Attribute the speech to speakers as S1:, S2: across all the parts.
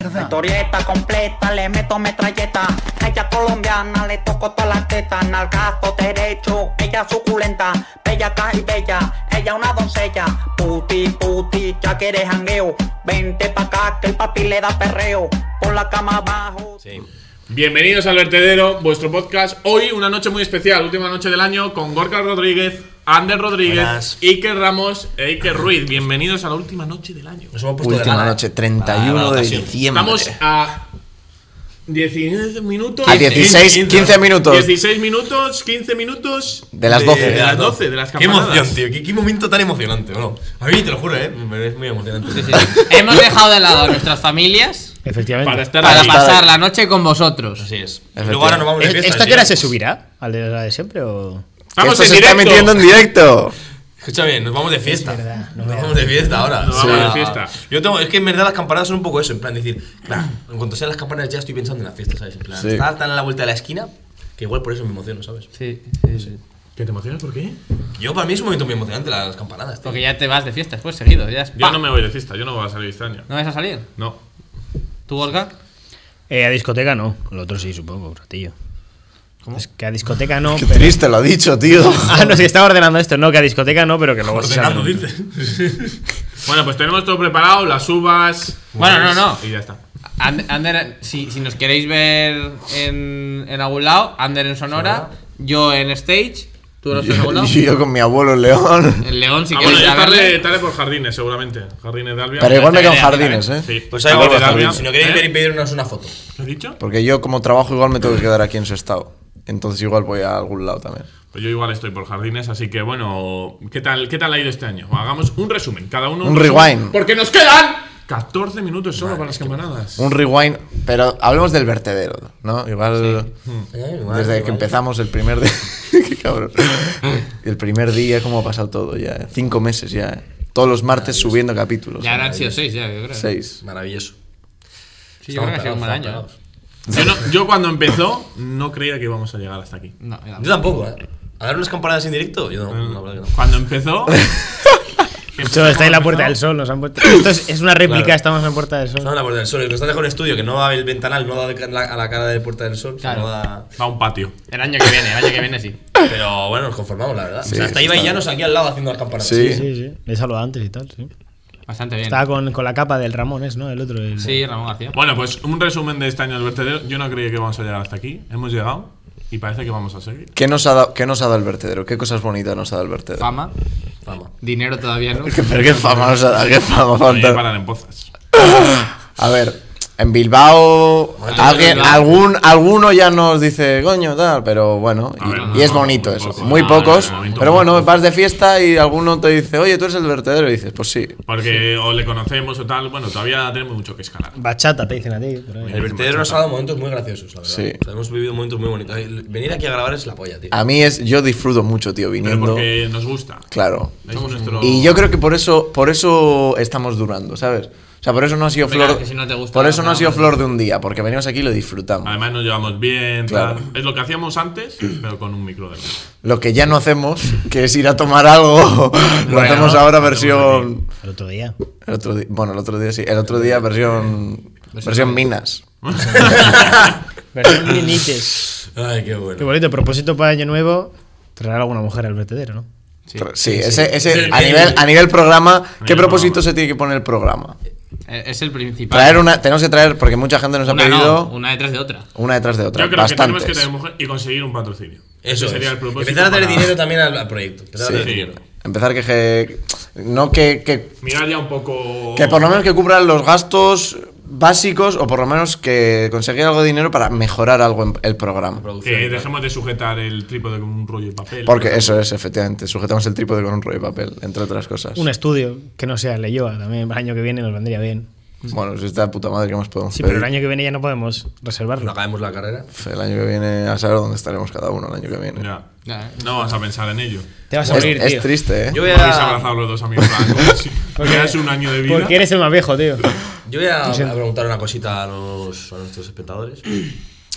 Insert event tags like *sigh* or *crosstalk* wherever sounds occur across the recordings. S1: verdad.
S2: Historieta completa, le meto metralleta. Ella colombiana, le toco todas las tetas. Nalgazo derecho, ella suculenta. Bella caja y bella, ella una doncella. Puti, puti, ya que eres jangueo. Vente pa' acá que el papi le da perreo. Por la cama abajo.
S3: Sí.
S4: Bienvenidos al vertedero, vuestro podcast. Hoy una noche muy especial, última noche del año, con Gorka Rodríguez, Ander Rodríguez,
S3: Buenas.
S4: Iker Ramos e Iker Ruiz. Bienvenidos a la última noche del año.
S3: Nos hemos puesto de
S1: Última
S3: gala.
S1: noche, 31
S3: Para la
S1: de
S3: ocasión.
S1: diciembre.
S4: Estamos a 19 minutos.
S1: A 16, 15 minutos.
S4: 16 minutos, 15 minutos.
S1: De las 12.
S4: De, las 12, de las
S3: Qué
S4: campanadas.
S3: emoción, tío. Qué, qué momento tan emocionante, bro. A mí te lo juro, eh. me- Es muy emocionante. *laughs*
S5: Hemos dejado de lado a nuestras familias
S6: Efectivamente.
S4: Para estar
S5: para
S4: aquí.
S5: pasar la noche con vosotros.
S3: Así es. Y luego ahora nos vamos de
S6: ¿Es-
S3: fiesta.
S6: ¿Esta
S3: tío.
S6: qué hora se subirá? ¿Al de la de siempre o.?
S1: Que
S4: Estamos
S1: esto
S4: en
S1: se está
S4: directo.
S1: metiendo en directo.
S3: Escucha bien, nos vamos de fiesta.
S6: verdad, no
S3: nos vamos de fiesta ahora.
S4: Nos vamos de fiesta.
S3: Yo tengo, es que en verdad las campanadas son un poco eso, en plan decir, "Nah, en cuanto sean las campanadas ya estoy pensando en la fiesta, ¿sabes? En plan,
S1: Sí.
S3: está tan a la vuelta de la esquina que igual por eso me emociono, ¿sabes?
S5: Sí, sí, sí.
S4: ¿Que te emocionas por qué?
S3: Yo para mí es un momento muy emocionante las campanadas, tío.
S5: Porque ya te vas de fiesta después seguido. Ya es
S4: Yo
S5: ¡pa!
S4: no me voy de fiesta, yo no voy a salir este año.
S5: ¿No vas a salir?
S4: No.
S5: ¿Tú, Gorka?
S6: Eh, a discoteca no. Lo otro sí, supongo, un ratillo. Es que
S1: *laughs*
S6: a discoteca no.
S1: Qué
S6: pero-
S1: triste, lo ha dicho, tío.
S6: *laughs* Ah, no, si estaba ordenando esto. No, que a discoteca no, pero que luego se
S3: Ordenando,
S6: sale.
S3: dice.
S4: *laughs* Bueno, pues tenemos todo preparado, las uvas.
S5: Bueno,
S4: pues,
S5: no, no.
S4: Y ya está.
S5: And- Ander, si, si nos queréis ver en, en algún lado, Ander en Sonora, yo en Stage,
S1: *laughs*
S5: tú no sé en algún lado.
S1: Y yo con mi abuelo en León.
S5: En León, si
S4: ah, bueno,
S5: queréis
S4: yo
S5: ya
S4: estaré,
S5: verle.
S4: estaré por jardines, seguramente. Jardines de Albia.
S1: Pero igual me quedo en
S5: ya,
S1: jardines, ¿eh?
S4: Sí.
S3: Pues ahí
S1: Ahora
S3: igual
S1: está
S3: también.
S1: bien.
S3: Si no queréis
S4: ¿Eh?
S3: venir y pedirnos una foto.
S4: ¿Lo he dicho?
S1: Porque yo como trabajo igual me tengo que quedar aquí en su estado. Entonces igual voy a algún lado también.
S4: Pues yo igual estoy por jardines, así que bueno, ¿qué tal, qué tal ha ido este año? Hagamos un resumen, cada uno.
S1: Un
S4: resumen,
S1: rewind.
S4: Porque nos quedan 14 minutos solo para las campanadas.
S1: Un rewind, pero hablemos del vertedero, ¿no? Igual
S3: Eh, igual,
S1: desde que
S3: igual.
S1: empezamos el primer día. *laughs* Qué cabrón. El primer día, cómo ha pasado todo ya. eh. Cinco meses ya. eh. Todos los martes subiendo capítulos.
S5: Ya habrán sido seis, ya, yo creo.
S1: Seis.
S3: Maravilloso.
S5: Sí, yo creo que ha sido un mal
S3: Estamos
S5: año.
S3: pegados.
S4: Yo, no- yo cuando empezó no creía que íbamos a llegar hasta aquí.
S5: No, ya.
S3: Yo tampoco, ¿eh? ¿A dar unas campanadas en directo? Yo no, la verdad que no.
S4: Cuando empezó.
S6: Esto está en la Puerta del Sol, nos han puesto. Esto es, es una réplica,
S3: Claro.
S6: estamos en la Puerta del
S3: No,
S6: Sol.
S3: la Puerta del Sol. Nos han dejado un estudio que no da el ventanal, no da de ca- la- a la cara de Puerta del Sol,
S5: Claro.
S3: sino da...
S4: Va a un patio.
S5: El año que viene, el año que viene sí.
S3: Pero bueno, nos conformamos, la verdad. O sea, hasta iba y Llanos aquí al lado haciendo las campanadas.
S1: Sí.
S6: Sí, sí, sí. Le he saludado antes y tal, sí.
S5: Bastante bien.
S6: Estaba con, con la capa del Ramones, ¿no? El otro. el-
S5: Sí, Ramón García.
S4: Bueno, pues un resumen de este año del vertedero. Yo no creía que íbamos a llegar hasta aquí. Hemos llegado y parece que vamos a seguir.
S1: ¿Qué nos, ha dado, ¿Qué nos ha dado el vertedero? ¿Qué cosas bonitas nos ha dado el vertedero?
S5: Fama,
S3: Fama.
S5: dinero todavía no.
S1: *laughs* Pero qué fama nos ha dado, qué fama,
S4: Y
S1: falta.
S4: paran en pozas.
S1: A ver, en Bilbao, alguien,
S5: Bilbao.
S1: Algún, alguno ya nos dice, coño, tal, pero bueno, y,
S4: ver, no,
S1: y es
S4: no,
S1: bonito
S4: muy
S1: eso.
S4: poco.
S1: muy
S4: Ah,
S1: pocos,
S4: de momento
S1: pero
S4: muy
S1: bueno,
S4: poco.
S1: vas de fiesta y alguno te dice, oye, tú eres el vertedero, y dices, pues sí.
S4: Porque o le conocemos o tal. Bueno, todavía tenemos mucho que escalar.
S6: Bachata, te dicen a ti. por ahí.
S3: El vertedero nos ha dado momentos muy graciosos, la verdad.
S1: Sí. Ah.
S3: O sea, hemos vivido momentos muy bonitos. Ay, Venir aquí a grabar es la polla, tío.
S1: A mí es, yo disfruto mucho, tío,
S4: Pero
S1: viniendo.
S4: porque nos gusta.
S1: Claro.
S4: Es nuestro-
S1: Y yo creo que por eso, por eso estamos durando, ¿sabes? O sea, por eso no ha sido
S5: Venga,
S1: flor.
S5: que si no te gusta,
S1: por eso no ha
S5: no,
S1: sido
S5: no.
S1: flor de un día, porque venimos aquí y lo disfrutamos.
S4: Además nos llevamos bien,
S1: Claro.
S4: tal. es lo que hacíamos antes, pero con un micro delante.
S1: Lo que ya no hacemos, que es ir a tomar algo, *laughs* lo
S3: Bueno,
S1: hacemos ahora
S4: lo hacemos
S1: versión.
S6: El otro día.
S1: El otro día, bueno, el otro día sí, el otro día versión versión minas.
S6: Versión Minites.
S3: Ay, qué
S6: Qué
S3: bueno.
S6: bonito, propósito para Año Nuevo: traer a alguna mujer al vertedero, ¿no?
S1: *laughs* Sí, ese, ese
S3: Sí,
S1: a
S3: sí.
S1: nivel a nivel programa, ¿qué
S4: nivel
S1: propósito
S4: programa.
S1: se tiene que poner el programa?
S5: Eh, Es el principal.
S1: Traer una, tenemos que traer porque mucha gente nos ha
S5: Una
S1: pedido
S5: no, una detrás de otra.
S1: una detrás de
S4: Yo
S1: otra,
S4: creo
S1: bastantes.
S4: que tenemos que tener mujer y conseguir un patrocinio.
S3: Eso
S4: Ese
S3: es.
S4: sería el propósito.
S3: Empezar a tener
S4: para
S3: dinero también al, al proyecto. Empezar a
S1: Sí.
S3: tener dinero.
S1: Empezar que, ge- no que, que
S4: Mirar ya un poco.
S1: que por lo menos que cubran los gastos básicos o por lo menos que conseguir algo de dinero para mejorar algo en el programa.
S4: Que dejemos de sujetar el trípode con un rollo de papel.
S1: Porque eso es efectivamente, sujetamos el trípode con un rollo de papel, entre otras cosas.
S3: Pues
S6: Un estudio que no sea Leyoa también. El año que viene nos vendría bien.
S1: Bueno, si está de puta madre que más podemos
S6: Sí, pero el
S1: pedir?
S6: año que viene ya no podemos
S3: No
S6: reservarlo.
S3: acabemos la carrera.
S1: El año que viene, a saber dónde estaremos cada uno el año que viene.
S4: Ya.
S5: Ya, eh.
S4: No vas a pensar en ello.
S6: Te vas a
S1: Es,
S6: morir,
S1: es
S6: tío.
S1: triste, ¿eh?
S3: Yo voy
S4: Habéis
S3: a,
S4: abrazado los dos amigos. Ah, Porque es un año de vida.
S6: Porque eres el más viejo, tío.
S3: yo voy a, a preguntar una cosita a, los, a nuestros espectadores. *clears throat*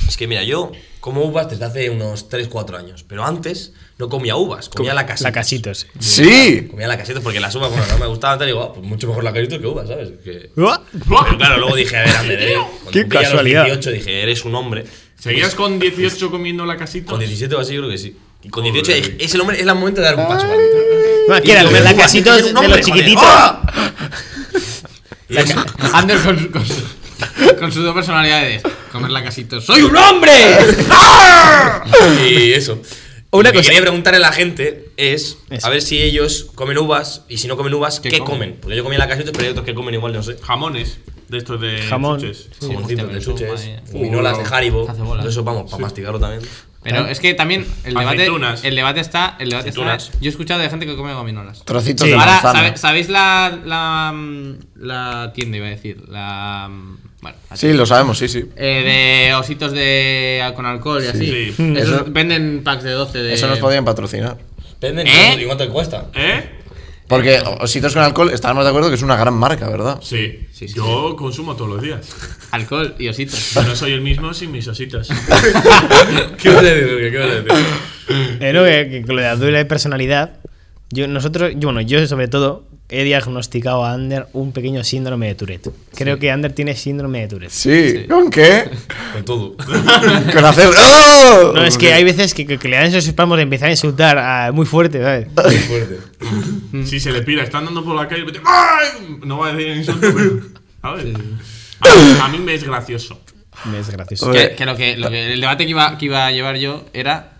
S3: Es que mira, yo como uvas desde hace unos 3-4 años, pero antes no comía uvas, comía la casita.
S6: La casitos.
S1: Sí.
S3: Comía la casita porque las uvas, bueno, no me gustaban, tal y digo, ah, pues mucho mejor la casita que uvas, ¿sabes? Que-
S6: ¡Uah!
S3: Pero claro, luego dije, a ver, Ander, eh, cuando
S6: Qué
S3: vi a los
S6: casualidad.
S3: 18 dije, eres un hombre.
S4: ¿Seguías con 18 comiendo la casita?
S3: Con 17 o así, yo creo que sí. Y con 18 dije, es el, hombre, es el momento de dar un paso.
S6: Ah.
S3: ¿vale?
S6: No, es que era
S3: Y comer
S6: la
S3: uvas,
S6: casitos
S3: es
S6: de
S3: un hombre,
S6: los
S3: joder.
S6: chiquititos.
S3: ¡Ah!
S5: *laughs* Ander con, su- con, su- con sus dos personalidades. Comer la casita. ¡Soy un hombre!
S3: *laughs* Y eso.
S6: Una
S3: lo que
S6: cosa-
S3: quería preguntarle a la gente es
S6: Eso.
S3: a ver si ellos comen uvas y si no comen uvas, ¿qué,
S5: ¿Qué
S3: comen?
S5: comen?
S3: Porque yo comía la casitas, pero hay otros que comen igual, no sé.
S4: Jamones. De estos de.
S6: Jamón.
S4: chuches.
S3: Jamoncitos
S5: hostia,
S3: de
S5: pero eso,
S3: chuches,
S5: madre mía.
S3: gominolas de Haribo.
S5: Hace bolas.
S3: Todo eso, vamos, para masticarlo también.
S5: Pero
S1: ¿Eh?
S5: es que también el debate,
S4: Aceitunas.
S5: el debate está. El debate está
S3: Aceitunas.
S5: yo he escuchado de gente que come gominolas.
S1: Trocitos
S6: Sí.
S1: de
S5: Ahora,
S1: manzana.
S5: ¿sabe- ¿sabéis la, la, mm, la tienda, iba a decir? La. mm, Bueno, la
S1: Sí, lo sabemos, sí, sí.
S5: Eh, de ositos de con alcohol y así.
S4: Sí.
S5: Esos
S1: Eso-
S5: venden packs de 12 de.
S1: Eso
S6: Eh,
S1: nos podrían patrocinar.
S3: Venden
S5: ¿Eh?
S3: ¿y cuánto te *laughs* cuesta?
S4: ¿Eh?
S1: Porque ositos con alcohol, estábamos de acuerdo que es una gran marca, ¿verdad?
S4: Sí.
S5: Sí, sí.
S4: Yo consumo todos los días.
S5: Alcohol y ositos.
S4: Yo no soy el mismo sin mis ositas.
S3: ¿Qué vas a decir, Rodrigo? ¿Qué vas a decir?
S6: Eh, no, que, que con lo de la doble personalidad, yo, nosotros, yo, bueno, yo sobre todo he diagnosticado a Ander un pequeño síndrome de Tourette. Creo que Ander tiene síndrome de Tourette.
S1: Sí. ¿Con qué? *laughs*
S3: Con *laughs* todo.
S1: con hacer. ¡Oh!
S6: No, es que hay veces que, que- que le dan esos espasmos de empezar a insultar ah, muy fuerte, ¿sabes?
S3: Muy fuerte.
S4: si se le pira, está andando por la calle. vete, ¡Ay! No va a decir insulto, pero. ¿sabes? A, mí, a mí me es gracioso.
S6: Me Es gracioso.
S1: Pues,
S5: que, que lo que, lo que- el debate que iba, que iba a llevar yo era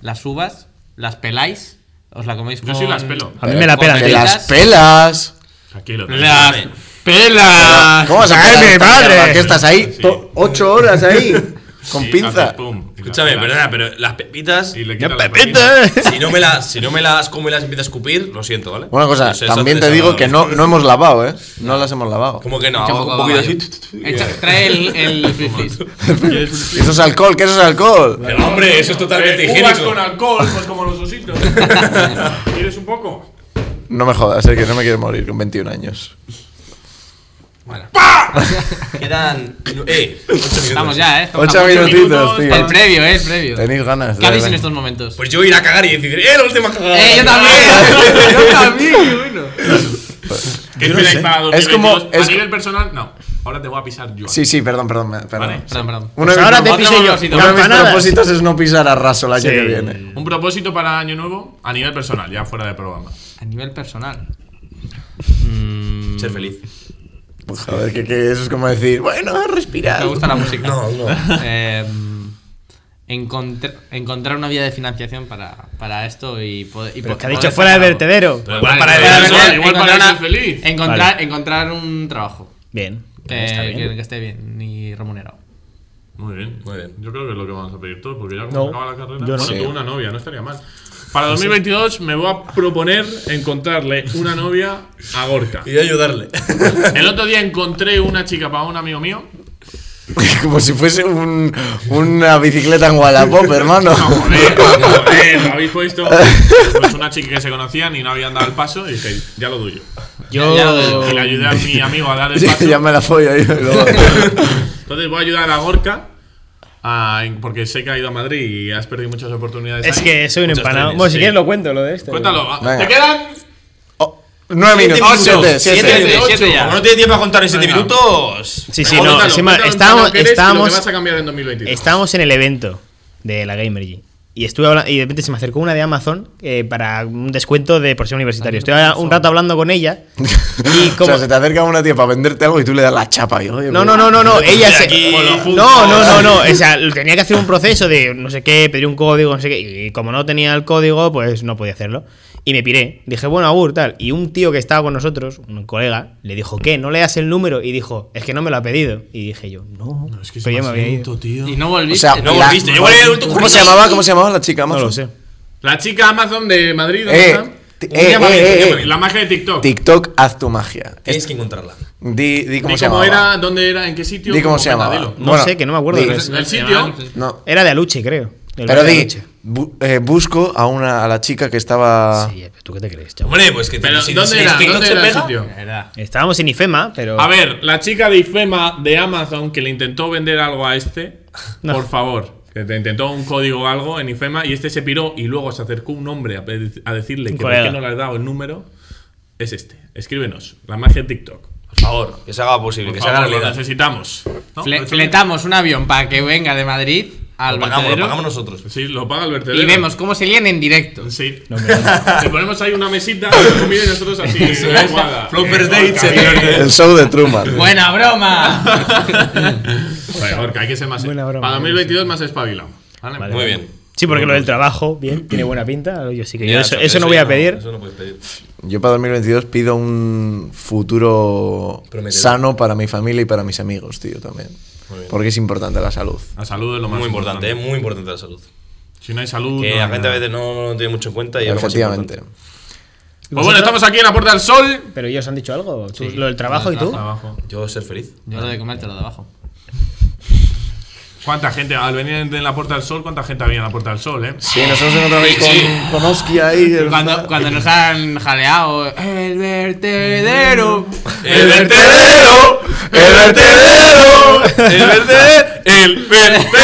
S5: las uvas, las peláis, os la coméis con
S4: Yo sí las pelo.
S6: A mí me la
S5: Con
S6: pelan.
S1: Que
S6: tío.
S5: la-
S1: las pelas.
S4: Tranquilo.
S5: Las
S3: Pero-
S5: pelas.
S1: ¿Cómo vas a
S6: ¡Ay,
S1: pelar
S6: mi
S1: Ah. esta
S6: madre!
S1: mierda? ¿Qué estás ahí?
S4: Sí.
S1: to- Ocho horas ahí. Con
S4: Sí,
S1: pinza.
S4: haces pum, y la
S3: Escúchame,
S4: pelas.
S3: perdona, pero las pepitas.
S4: Y le
S6: ¡Qué
S4: quitas la
S6: pepita!
S3: Si no, me las, si no me las como y las empiezo a escupir, lo siento, ¿vale?
S1: Una cosa,
S3: No sé, Pues eso Pues
S1: también te
S3: antes
S1: digo
S3: no-
S1: que no, no hemos lavado, ¿eh? No las hemos lavado.
S3: ¿Cómo que no?
S5: Echa un
S3: Hago
S5: poco
S3: un
S5: de
S3: poquito
S5: babayo.
S3: así.
S5: Echa- trae
S1: *laughs*
S5: el, el free freeze.
S4: ¿Quieres
S1: Eso es alcohol, ¿qué eso es alcohol?
S3: Pero hombre, eso es totalmente
S4: Eh, Uvas
S3: higiénico.
S4: con alcohol, pues como los ositos.
S1: *laughs*
S4: ¿Quieres un poco?
S1: No me jodas, es que no me quiero morir con 21 años.
S3: Bueno. *laughs* Quedan. Eh, ocho minutos.
S5: Estamos ya, eh. estamos
S1: Ocho
S5: a punto.
S1: minutitos,
S4: minutos,
S5: El
S1: tío.
S5: previo, eh, el previo.
S1: Tenéis ganas. de
S5: ¿Qué habéis en
S1: verdad.
S5: estos momentos?
S3: Pues yo voy a ir a cagar y decir, ¡eh, la última cagada!
S5: ¡Eh,
S4: *laughs*
S5: yo también! ¡Yo también! qué bueno!
S4: ¿Qué esperáis
S1: sé.
S4: para
S1: Es como-
S4: 2022?
S1: es
S4: a
S1: co-
S4: nivel personal, no. Ahora te voy a pisar yo.
S1: Sí, sí, perdón, perdón. me- perdón.
S4: Vale.
S5: Perdón, perdón.
S1: Uno, de
S6: Pues ahora
S1: mis
S6: te
S1: propós-
S5: Otro
S6: pise yo.
S5: propósito.
S1: uno de mis
S6: Campanadas.
S1: propósitos es no pisar a raso el año
S6: Sí.
S1: que viene.
S4: Un propósito para año nuevo a nivel personal, ya fuera de programa.
S5: A nivel personal.
S3: Ser feliz.
S1: Pues, joder, que, que eso es como decir, bueno, a respirar. *laughs*
S5: Me gusta la música.
S3: No, no.
S5: Eh, encontr- encontrar una vía de financiación para, para esto y poder. Y
S6: *laughs* Pero es
S5: po-
S6: que ha dicho
S5: poder
S6: fuera del
S5: sacarlo.
S6: vertedero.
S3: Pero igual para
S5: Vale,
S4: Para
S3: el
S5: vale,
S4: eso,
S5: vale,
S4: igual para
S5: encontrar
S4: ser feliz.
S5: Encontrar,
S6: Vale.
S5: encontrar un trabajo.
S6: Bien.
S5: Que,
S6: Está
S5: que-
S6: bien.
S5: que esté bien y remunerado.
S4: Muy bien.
S3: Muy bien.
S4: Yo creo que es lo que vamos a pedir todos, porque ya como
S6: No,
S4: se acaba la carrera,
S6: yo
S4: bueno,
S6: no.
S1: Sí.
S4: tengo una novia, no estaría mal. Para 2022 me voy a proponer encontrarle una novia a *laughs* Gorka.
S3: Y ayudarle.
S4: El otro día encontré una chica para un amigo mío.
S1: Como si fuese un- una bicicleta en Wallapop, hermano. *laughs*
S4: Joder, joder, lo habéis puesto. Pues una chica que se conocían y no habían dado el paso, y dije, ya lo doy
S6: Yo.
S5: Ya lo
S4: yo. Y le ayudé a mi amigo a dar el
S1: Ya-
S4: paso.
S1: ya me la follo yo. y luego-
S4: eh. Entonces voy a ayudar a Gorka. a- porque sé que ha ido a Madrid y has perdido muchas oportunidades.
S6: Es
S4: ahí.
S6: que soy un
S3: Muchos
S6: empanado.
S3: trenes,
S6: Bueno,
S3: sí.
S6: si quieres lo cuento, lo de este.
S4: Cuéntalo. ah,
S1: Venga.
S4: ¿Te quedan?
S1: Oh, nueve minutos.
S4: minutos,
S1: Siete,
S4: siete,
S1: siete.
S5: siete, siete ya.
S3: Como no tiene tiempo a contar en 7
S4: Venga.
S3: minutos.
S6: Sí, sí,
S4: Venga,
S6: no.
S4: cuéntalo,
S6: Encima,
S4: cuéntalo,
S6: estábamos,
S4: cuéntalo qué eres y lo que
S6: estábamos,
S4: vas a cambiar en 2022.
S6: estábamos en el evento de la Gamergy. Y estuve hablando, y de repente se me acercó una de Amazon eh, para un descuento de por ser universitario. Estuve un rato hablando con
S1: *laughs*
S6: ella. Y
S1: O
S6: como.
S1: sea, se te acerca una tía para venderte algo y tú le das la chapa. y, oye,
S6: No,
S1: pues,
S6: no, no, no, no. Ella se.
S3: aquí.
S6: No,
S3: Hola,
S6: no, no, no. O sea, lo tenía que hacer un proceso de no sé qué, pedir un código, no sé qué. Y como no tenía el código, pues no podía hacerlo. Y me piré. Dije, bueno, Agur, tal. Y un tío que estaba con nosotros, un colega, le dijo, ¿qué? ¿No le das el número? Y dijo, es que no me lo ha pedido. Y dije yo, no. pero ya me había ido.
S5: Y no volviste.
S1: O sea,
S5: ¿no?
S3: No
S1: la-
S3: volviste, yo volví el último
S1: ¿Cómo se
S3: minuto.
S1: llamaba? ¿Cómo se llamaba la chica?
S6: No
S1: Amazon?
S6: lo sé.
S4: La chica Amazon de Madrid. ¿dónde
S1: Eh,
S4: está?
S1: t-
S3: Un
S1: eh,
S3: llamamiento,
S1: eh,
S3: un
S1: eh,
S3: llamamiento.
S4: La magia de TikTok.
S1: TikTok, haz tu magia.
S3: Tienes que encontrarla.
S1: Di, di cómo
S4: Di
S1: se
S4: cómo
S1: llamaba.
S4: era? ¿Dónde era? ¿En qué sitio?
S1: Di cómo se
S4: Venga,
S1: llamaba.
S4: dilo.
S6: No sé, que no me acuerdo.
S1: di-
S6: No sé.
S4: Pues El sitio.
S1: no.
S6: Era de Aluche, creo. Del
S1: Pero
S6: bar de
S1: di,
S6: Aluche.
S1: bu- eh, busco a una a la chica que estaba.
S6: Sí, eh, pero ¿tú qué te crees, chaval?
S3: Hombre, pues que
S4: Pero,
S3: si-
S4: ¿dónde
S3: si
S4: era?
S3: TikTok
S4: ¿Dónde
S3: se
S4: era el
S3: pega,
S4: sitio?
S5: Verdad.
S6: Estábamos en IFEMA, pero.
S4: A ver, la chica de IFEMA de Amazon que le intentó vender algo a este.
S6: No.
S4: Por favor. Que te intentó un código o algo en IFEMA y este se piró y luego se acercó un hombre a, pe- a decirle
S6: Un
S4: que por
S6: colega.
S4: qué no le has dado el número. Es este. Escríbenos. La magia de TikTok.
S3: Por favor, que se haga posible,
S4: Por
S3: que se haga
S4: favor, lo
S3: realidad.
S4: necesitamos. ¿No?
S5: Fle-
S4: Eso-
S5: fletamos un avión para que venga de Madrid al
S3: Lo pagamos, lo
S5: vertedero
S3: pagamos nosotros.
S4: Sí, lo paga el vertedero.
S5: y vemos cómo se lían en directo.
S4: Sí. *laughs* Le ponemos ahí una mesita con comida y nosotros así.
S3: Eso es.
S4: jugada.
S3: Flow first
S4: Eh,
S3: dates
S4: Gorka,
S3: en el
S4: bien.
S3: vertedero.
S1: El show de Truman.
S5: Buena broma.
S4: Joder, Gorka, hay que ser más.
S6: Buena broma. eh,
S4: Para 2022 más espabilado. ¿vale?
S3: Muy bien.
S6: Sí, porque lo del trabajo, bien, tiene buena pinta. Yo sí que yo
S3: Ya,
S6: eso,
S3: chaval,
S6: eso no voy
S3: ya
S6: a pedir.
S3: Eso no puedes pedir.
S1: Yo para 2022 pido un futuro
S3: Prometedor.
S1: sano para mi familia y para mis amigos, tío, también.
S3: Muy bien.
S1: Porque es importante la salud.
S4: La salud es lo más
S3: Muy importante, eh, muy importante la salud.
S4: Si no hay salud.
S3: Que
S4: no
S3: la
S4: hay
S3: gente a
S4: nada.
S3: veces no, no lo tiene mucho en cuenta y es lo más
S1: Efectivamente.
S3: importante.
S4: Pues bueno, estamos aquí en la Puerta del Sol.
S6: Pero ellos han dicho algo. Tú- lo del
S5: lo
S6: trabajo
S5: del
S6: y tú.
S5: trabajo.
S4: Abajo.
S3: Yo ser feliz.
S5: Yo lo de comer te lo de abajo.
S4: ¿Cuánta gente? Al venir en la Puerta del Sol, ¿cuánta gente había en la Puerta del Sol, eh?
S1: Sí, nos hemos encontrado ahí con, con Oski ahí. el-
S5: Cuando, cuando nos han jaleado, el vertedero.
S3: ¡El vertedero! ¡El vertedero! ¡El vertedero!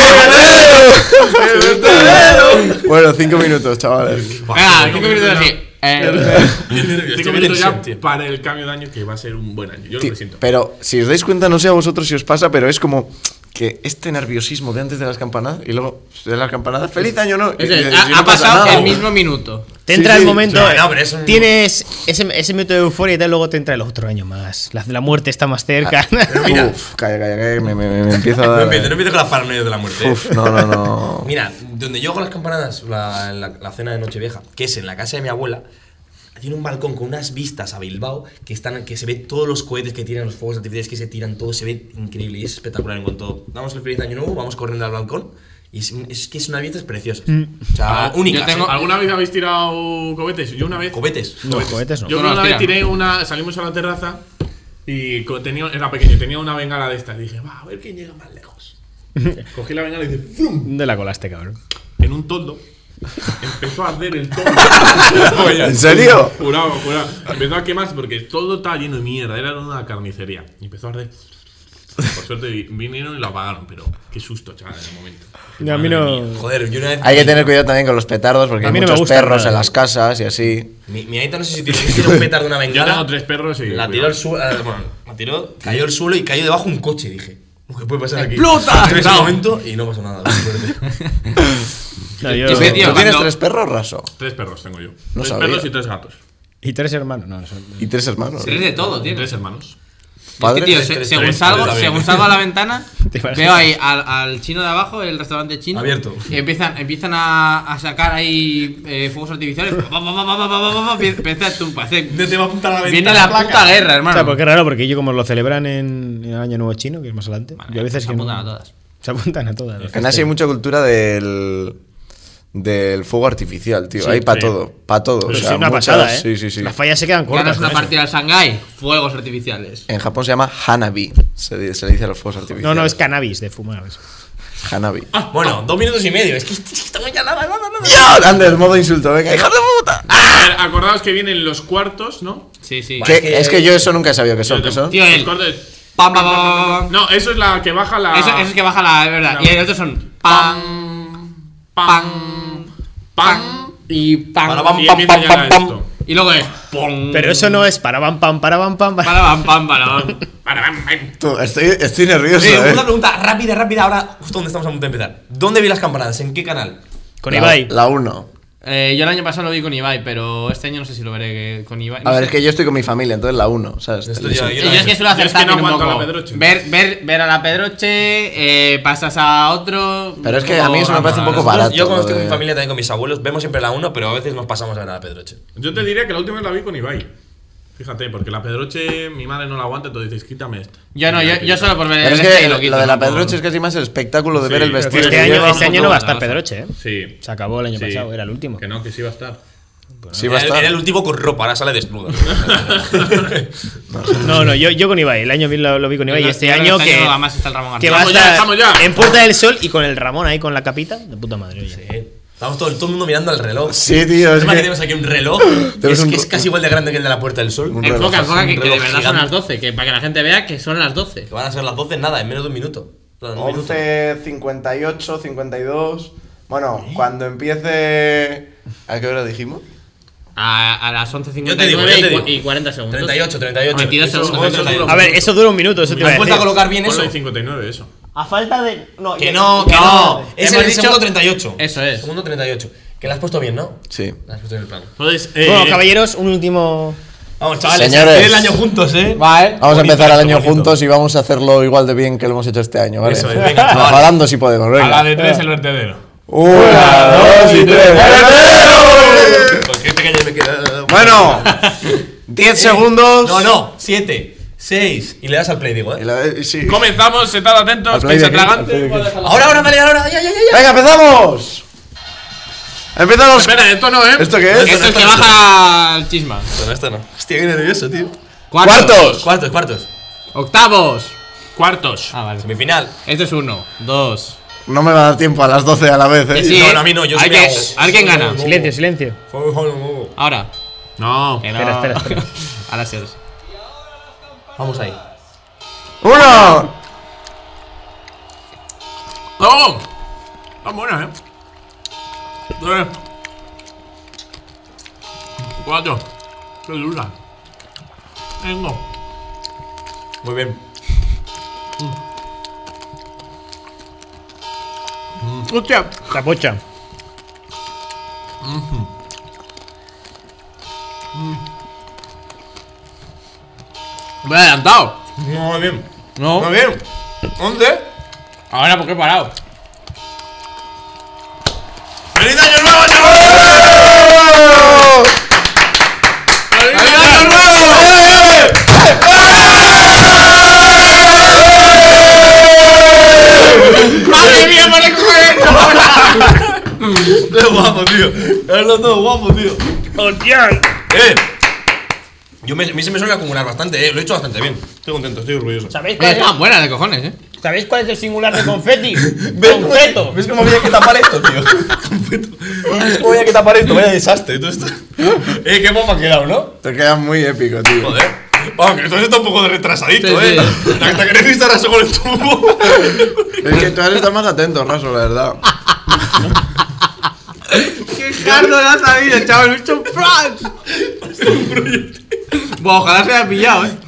S3: ¡El vertedero!
S1: Bueno, cinco minutos, chavales.
S5: Venga, cinco minutos así. Eh,
S3: ¡El vertedero!
S4: Cinco minutos ya para el cambio de año que va a ser un buen año. Yo lo
S1: Ti-
S4: presiento.
S1: Pero si os dais cuenta, no sé a vosotros si os pasa, pero es como que este nerviosismo de antes de las campanadas y luego de las campanadas, feliz año, ¿no? Y-
S5: es
S1: y-
S5: decir,
S1: y
S5: ha,
S1: no
S5: ha
S1: pasa
S5: pasado
S1: nada.
S5: el mismo minuto.
S6: Te
S1: Sí,
S6: entra
S1: sí.
S6: el momento. eh.
S3: Sí, no, pero es un-
S6: Tienes ese, ese minuto de euforia y tal, luego te entra el otro año más. La, la muerte está más cerca. *laughs*
S3: mira.
S1: Uf, calla, calla, calla, me, me, me- me empieza a
S3: No
S1: dar. eh.
S3: empiezo, no empiezo con las paranoias de la muerte. eh.
S1: Uf, no,
S3: *laughs*
S1: no, no.
S3: Mira, donde yo hago las campanadas, la, la- la cena de Nochevieja, que es en la casa de mi abuela, tiene un balcón con unas vistas a Bilbao que, están, que se ve todos los cohetes que tiran, los fuegos artificiales que se tiran, todo se ve increíble y es espectacular. En cuanto damos el feliz año nuevo, vamos corriendo al balcón y es, es que es una vistas preciosas. O sea,
S4: Ah,
S3: únicas.
S5: yo tengo-
S3: ¿eh?
S4: ¿Alguna vez habéis tirado cohetes? Yo una vez.
S3: Cohetes.
S6: no, cohetes no.
S4: Yo
S5: No,
S4: una
S5: no,
S4: vez
S5: tira.
S4: tiré una. Salimos a la terraza y co- tenía, era pequeño, tenía una bengala de estas. Dije, va, a ver quién llega más
S5: *laughs*
S4: lejos. Cogí la bengala y dije, ¡frum!
S6: No la colaste, cabrón.
S4: en un toldo. Empezó a arder el
S5: *laughs*
S4: toldo.
S1: ¿En serio?
S4: Jurado, jurado. Empezó a quemarse porque el toldo estaba lleno de mierda. Era una carnicería. Y empezó a arder. Por suerte vi- vinieron y lo apagaron, pero qué susto, chaval, en el momento.
S6: a mí
S4: Madre mía.
S6: no.
S3: Joder, yo una vez.
S1: Hay que tener cuidado también con los petardos porque
S6: A
S1: hay
S6: mí no me
S1: muchos
S6: gusta
S1: perros
S6: nada.
S1: en las casas y así.
S3: Mi, mi aita no sé si tiene, tiene un petardo de una
S4: Yo
S3: bengala.
S4: tengo tres perros y.
S3: La tiró al suelo. eh, Bueno, la tiró, cayó al suelo y cayó debajo un coche. Dije, "Uf, ¿qué puede pasar aquí?
S5: ¡Explota!
S3: Entré en ese
S5: No.
S3: momento y no pasó nada. por
S1: *laughs*
S3: suerte.
S6: No, yo-
S5: Y me- tío,
S1: ¿Tú tienes
S5: cuando-
S1: tres perros, Raso?
S4: Tres perros tengo yo.
S1: No
S4: tres
S1: sabía.
S4: perros y tres gatos.
S6: Y tres hermanos. No, eso-
S1: Y tres hermanos.
S5: Eres de todo, tío.
S4: Tres hermanos.
S5: Es que,
S1: Padres
S5: tío,
S1: de
S5: se-
S3: tres,
S5: según,
S4: tres,
S5: salgo,
S3: tres,
S5: según
S3: bien.
S5: salgo a la ventana,
S6: Te imaginas.
S5: veo ahí al, al chino de abajo, el restaurante chino.
S3: Abierto.
S5: Y empiezan, empiezan a, a sacar ahí eh, fuegos artificiales. Va, va, va, va, va, va, va, va, Empieza tú, parece-
S3: No te va a apuntar a la
S5: Viene
S3: ventana,
S5: la puta guerra, hermano.
S6: O sea, porque es raro, porque ellos como lo celebran en, en el Año Nuevo Chino, que es más adelante,
S5: Vale,
S6: yo a veces
S5: se
S6: que no-
S5: apuntan a todas.
S6: Se apuntan a todas.
S1: En Asia hay mucha cultura del, del fuego artificial, tío.
S6: Sí,
S1: hay para
S4: sí.
S1: todo, para todo.
S6: Pero
S1: o sea,
S6: sí, una
S1: muchas-
S6: pasada, ¿eh?
S1: Sí, sí, sí.
S6: Las fallas se quedan cortas. ¿eh?
S5: Ganas una
S6: con eso.
S5: partida al Shanghai, fuegos artificiales.
S1: En Japón se llama Hanabi, se, di- se le dice a los fuegos
S6: No,
S1: artificiales.
S6: no, Ah, es cannabis de fumar.
S1: Hanabi.
S3: Bueno, dos minutos y medio. Es que, es que estamos ya nada, nada, nada.
S1: ¡Dios! Anda, el modo insulto, venga, hijos de puta.
S4: A ver, acordaos que vienen los cuartos, ¿no?
S5: Sí, sí.
S1: Que-
S3: es que-
S1: es que yo eso nunca he sabido que son, que son.
S5: Tío,
S4: Los
S5: el-
S4: cuartos-
S5: Pam, pam, pam, pam, pam.
S4: No, eso es la que baja la.
S5: Eso, eso es que baja la, es verdad. Y el otro son pam,
S4: Pam.
S5: pam,
S4: Pam.
S5: pam y pam.
S3: Para, pam,
S4: Y
S3: pam,
S4: empieza ya
S3: pam, pam,
S4: esto.
S5: Y luego es
S4: Mm.
S5: pum.
S6: Pero eso no es para bam pam, para bam pam.
S5: Para, pam, pam, para, pam.
S4: Para, pam, pam.
S1: Tú, estoy, estoy nervioso,
S3: Eh,
S1: ¿eh?
S3: una pregunta rápida, rápida. Ahora, justo donde estamos a punto de empezar. ¿Dónde vi las campanadas? ¿En qué canal?
S6: Con
S1: La-
S6: Ibai.
S1: La 1.
S5: *laughs* Eh, yo el año pasado lo vi con Ibai, pero este año no sé si lo veré eh, con Ibai.
S1: A
S5: no
S1: ver,
S5: sé.
S1: es que yo estoy con mi familia, entonces la 1, ¿sabes?
S3: Esto ya-
S5: Sí, Yo es que
S4: Yo
S5: suelo hacer
S4: es que no
S5: zapping un
S4: aguanto
S5: poco.
S4: la Pedroche.
S5: Ver, ver, ver a la Pedroche, eh, pasas a otro.
S1: Pero es que
S5: como
S1: a mí eso Ah, me
S5: vamos,
S1: parece un
S5: a ver.
S3: Nosotros-
S1: poco barato,
S3: Yo cuando estoy
S1: lo
S3: con
S1: de-
S3: mi familia, también con mis abuelos, vemos siempre la 1, pero a veces nos pasamos a ver a la Pedroche.
S4: Yo te diría que la última vez la vi con Ibai. Fíjate, porque la Pedroche mi madre no la aguanta, entonces dices, quítame esta.
S5: Yo no, yo, yo solo por ver el
S1: Pero es
S5: este
S1: que
S5: y lo
S1: lo,
S5: quito,
S1: de la
S5: no puedo.
S1: Pedroche es casi más el espectáculo de
S4: Sí,
S1: ver el
S4: pero
S6: Pero que
S1: vestido.
S4: Tiene
S6: este
S1: que
S6: año,
S1: lleva.
S6: este año no va a estar
S5: vamos a-
S6: Pedroche, ¿eh?
S4: Sí.
S6: Se acabó el año
S4: Sí.
S6: pasado, era el último. *laughs*
S4: Que no, que sí va a estar.
S1: Sí, va a
S3: era,
S1: estar.
S3: era el último con ropa, ahora sale
S1: *laughs*
S3: desnudo.
S6: No, no, yo, yo con Ibai. El año vi- lo, lo vi con Ibai. Y
S5: Yo
S6: este
S5: creo
S6: año que,
S5: Además está el Ramón
S6: que
S5: García.
S6: va
S4: Estamos
S6: a
S4: ya, estamos
S6: estar
S4: ya.
S6: en Puerta del Sol y con el Ramón ahí con la capita. De puta madre, oye.
S3: Eh, Estamos todo, todo el mundo mirando al reloj.
S1: Sí, tío,
S3: El
S1: es
S3: tema que
S1: que...
S3: tenemos aquí un reloj.
S1: Tenemos
S3: es
S1: un
S3: que
S1: ro-
S3: es casi igual de grande que el de la Puerta del Sol.
S1: Un
S3: Eh,
S1: reloj.
S5: Enfoca, enfoca, que, que de
S3: reloj
S5: verdad son
S3: gigante.
S5: las 12. Que para que la gente vea que son las 12.
S3: Que van a ser las 12 en nada, en menos de un minuto. Perdón, no ¿Eh? me gusta.
S1: 11, 58, 52. Bueno, cuando empiece. ¿A qué hora dijimos?
S5: A, a las
S3: Yo te digo, yo
S5: 11.59
S3: te
S5: y
S3: digo.
S5: cu- y 40 segundos.
S3: 38, 38.
S5: 22
S3: Eso-
S5: segundos.
S3: eso es duro.
S6: A ver, eso dura un minuto, eso te iba a
S3: Has puesto a
S6: decir.
S3: colocar bien
S4: eh, Ponlo
S3: eso.
S4: en 59 eso.
S7: A falta de. No,
S3: Que
S7: ya-
S3: no, que no.
S5: eh, No,
S3: Es
S5: hemos
S3: el
S5: dicho-
S3: segundo 38.
S5: Eso es.
S3: Segundo 38. Que la has puesto bien, ¿no?
S1: Sí.
S3: La has puesto en el plano.
S4: Entonces, eh,
S6: Bueno, caballeros, un último.
S3: Vamos, chavales.
S1: Señores.
S3: el año juntos, ¿eh?
S5: Vale.
S1: Vamos a
S3: Bonito
S1: empezar el
S3: esto,
S1: año
S3: bonito.
S1: juntos y vamos a hacerlo igual de bien que lo hemos hecho este año, ¿vale?
S3: Eso es, venga, chavales.
S1: Mejorando si podemos,
S4: a la
S1: venga.
S4: de 3 el vertedero.
S1: Una, dos y tres.
S3: Con siete que ya Pues me queda-
S1: Bueno, 10 segundos.
S3: No, no. 7, 6. Y le das al play, digo,
S1: Y
S3: ¿eh?
S1: la de- sí.
S4: Comenzamos, sentad
S1: Al
S4: atentos,
S1: play de
S4: piensa
S1: aquí, al play
S4: tragante.
S1: de aquí.
S3: Ahora, ahora, vale, ahora. Ya, ya, ya. ya.
S1: Venga, empezamos. Empezamos.
S4: Espera, esto no, ¿eh?
S1: ¿Esto qué es?
S5: Esto es que baja el chisma.
S3: Bueno, esta no. Hostia, qué nervioso, tío.
S1: Cuartos.
S3: Cuartos, cuartos.
S5: Octavos.
S4: Cuartos.
S5: Ah, vale.
S3: Semifinal.
S5: Esto es uno, dos.
S1: No me va a dar tiempo a las 12 a la vez,
S5: Que
S1: eh.
S5: sí,
S3: No,
S5: ¿eh?
S3: no, a mí no, yo
S5: Hay
S3: sí me
S5: que-
S3: hago.
S5: a ver quién gana.
S6: Silencio, silencio.
S5: Ahora.
S4: No.
S5: Que no.
S6: Espera, espera, *laughs* espera.
S5: Ahora sí. es.
S3: Vamos ahí.
S1: Uno.
S4: ¡No! Están buenas, ¿eh? Tres. Cuatro. Qué dura. Tengo.
S3: Muy bien.
S4: Hostia.
S6: La pocha.
S5: Me he adelantado.
S3: Muy bien.
S5: No.
S3: Muy bien. 11.
S5: Ahora, ¿por qué he parado?
S3: ¡Feliz año nuevo, chavales! ¡Feliz año nuevo!
S5: ¡Madre mía, por el cuerno!
S3: Qué guapo, tío. Eres todo guapo, tío.
S6: ¡Hostia!
S3: Eh. Yo me, a mí se me suele acumular bastante, eh. Lo he hecho bastante bien. Estoy contento, estoy orgulloso.
S7: ¿Sabéis cuál,
S5: Están
S7: es,
S5: buenas de cojones, eh.
S7: ¿Sabéis cuál es el singular
S6: *laughs*
S7: de confeti? Concreto.
S3: ¿Ves cómo había que tapar esto, tío?
S5: *laughs*
S3: Completo. ¿Ves cómo había que tapar esto? Vaya desastre, todo esto. Eh, qué bomba ha quedado, ¿no?
S1: Te queda muy épico, tío.
S3: Joder. Aunque esto está un poco de retrasadito,
S5: Sí,
S3: eh.
S5: sí.
S3: La que te querés estar a con el
S5: *laughs*
S3: tubo.
S1: Es que tú has estado más atento, Raso, la verdad.
S5: ¡Qué cardo le has salido, chaval! ¡Me he hecho un
S3: *laughs*
S5: flash! Buah, ojalá se haya pillado, eh.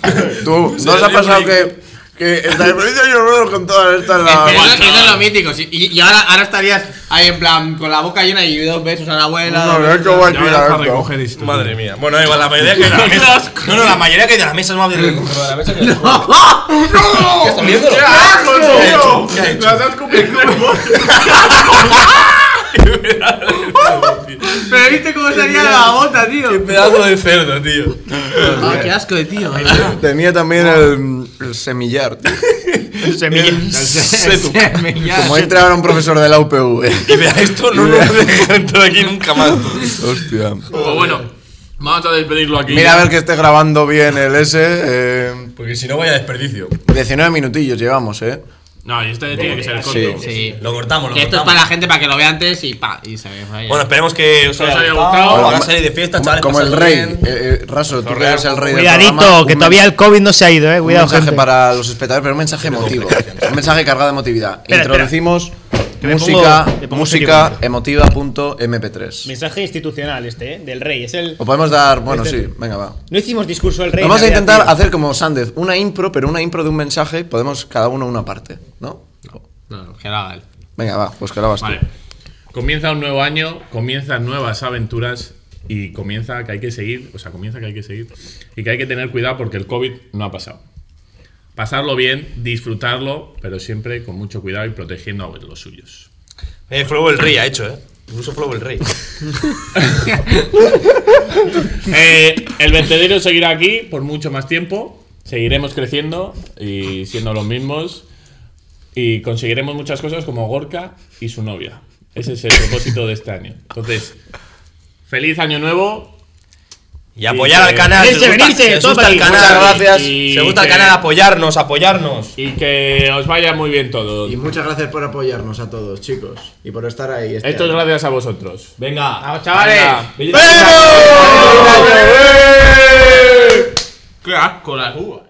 S1: Tú, ¿no os ha pasado que, que en la experiencia yo ruedo con todas estas
S5: Pero eso,
S1: la...
S5: eso es lo mítico. sí. Y, y ahora, ahora estarías ahí en plan con la boca llena y dos besos a la abuela.
S1: No,
S5: dos
S1: no,
S5: besos-
S1: qué guay,
S4: Ya
S1: mira,
S4: verás para
S1: esto.
S4: recoger esto.
S3: Madre mía. Bueno, da igual, la mayoría que
S5: *laughs*
S3: hay de la mesa. No, no, la mayoría que hay de la mesa es más bien recogido de la mesa que de la ¿Qué estás viéndolo? ¿Qué ha hecho? ¿Qué ha hecho?
S5: Pero viste cómo salía la bota, tío.
S3: Qué pedazo de cerdo, tío.
S5: Ah, qué asco de tío.
S1: Tenía también el, el semillar. tío.
S3: Setu.
S1: Como entra ahora un profesor de la UPV.
S3: *laughs* Y vea esto, no lo dejan entrar aquí nunca más.
S1: Hostia.
S4: Pues bueno, vamos a despedirlo aquí.
S1: Mira a ver que esté grabando bien el S. eh,
S3: Porque si no, vaya desperdicio.
S1: 19 minutillos llevamos, eh.
S4: No, y este tiene que ser corto.
S1: Sí.
S5: Sí.
S3: Lo cortamos, lo
S5: Que esto es
S3: cortamos.
S5: para la gente para que lo vea antes y pa. Y se ve. vaya.
S3: Bueno, esperemos que os haya gustado.
S1: Bueno,
S3: Ahora
S1: ma-
S3: salir de fiesta,
S1: como-
S3: chavales.
S1: Como el
S3: pasadlo
S1: rey.
S3: bien.
S1: eh, eh, Raso, tú que
S3: Zorrear
S1: eres el
S3: con-
S1: rey del programa,
S6: Cuidadito,
S1: un
S6: que
S1: men-
S6: todavía el COVID no se ha ido, eh.
S1: Un
S6: Cuidado,
S1: mensaje
S6: gente.
S1: para los espectadores, pero un mensaje emotivo. un mensaje cargado de emotividad.
S6: espera.
S1: Introducimos
S6: Que me
S1: música,
S6: pongo- me pongo
S1: música
S6: serio.
S1: emotiva.mp3.
S7: Mensaje institucional este, ¿eh? Del rey. Es el.
S1: O podemos dar. Bueno,
S7: Este-
S1: sí, venga, va.
S7: No hicimos discurso del rey.
S1: Vamos a
S7: en Navidad,
S1: intentar
S7: tío.
S1: hacer como Sández, una impro, pero una impro de un mensaje, podemos cada uno una parte, ¿no?
S5: No, no, que lo haga él.
S1: Venga, va, pues que la vas tú.
S4: Vale. Comienza un nuevo año, comienzan nuevas aventuras y comienza que hay que seguir, o sea, comienza que hay que seguir y que hay que tener cuidado porque el COVID no ha pasado. Pasarlo bien, disfrutarlo, pero siempre con mucho cuidado y protegiendo a los suyos.
S3: Eh, Flow el rey ha hecho, eh. Incluso Flow el rey.
S4: Eh, el vertedero seguirá aquí por mucho más tiempo. Seguiremos creciendo y siendo los mismos. Y conseguiremos muchas cosas como Gorka y su novia. Ese es el propósito de este año. Entonces, feliz año nuevo.
S3: Y apoyar al canal.
S6: Venirse,
S3: si os gusta-
S6: venirse,
S3: si os
S6: todo
S3: gusta
S6: para
S3: el
S6: aquí.
S3: canal.
S1: Muchas gracias.
S4: Y
S3: Si os gusta el
S4: que-
S3: canal, apoyarnos, apoyarnos.
S4: Y que os vaya muy bien todo.
S1: muchas gracias por apoyarnos a todos, chicos, y por estar ahí. este
S4: Esto es gracias a vosotros.
S3: Venga.
S7: Ah,
S5: ¡Vamos, chavales!
S4: Venga.
S3: ¡Feliz Navidad!
S4: ¡Qué asco las uvas!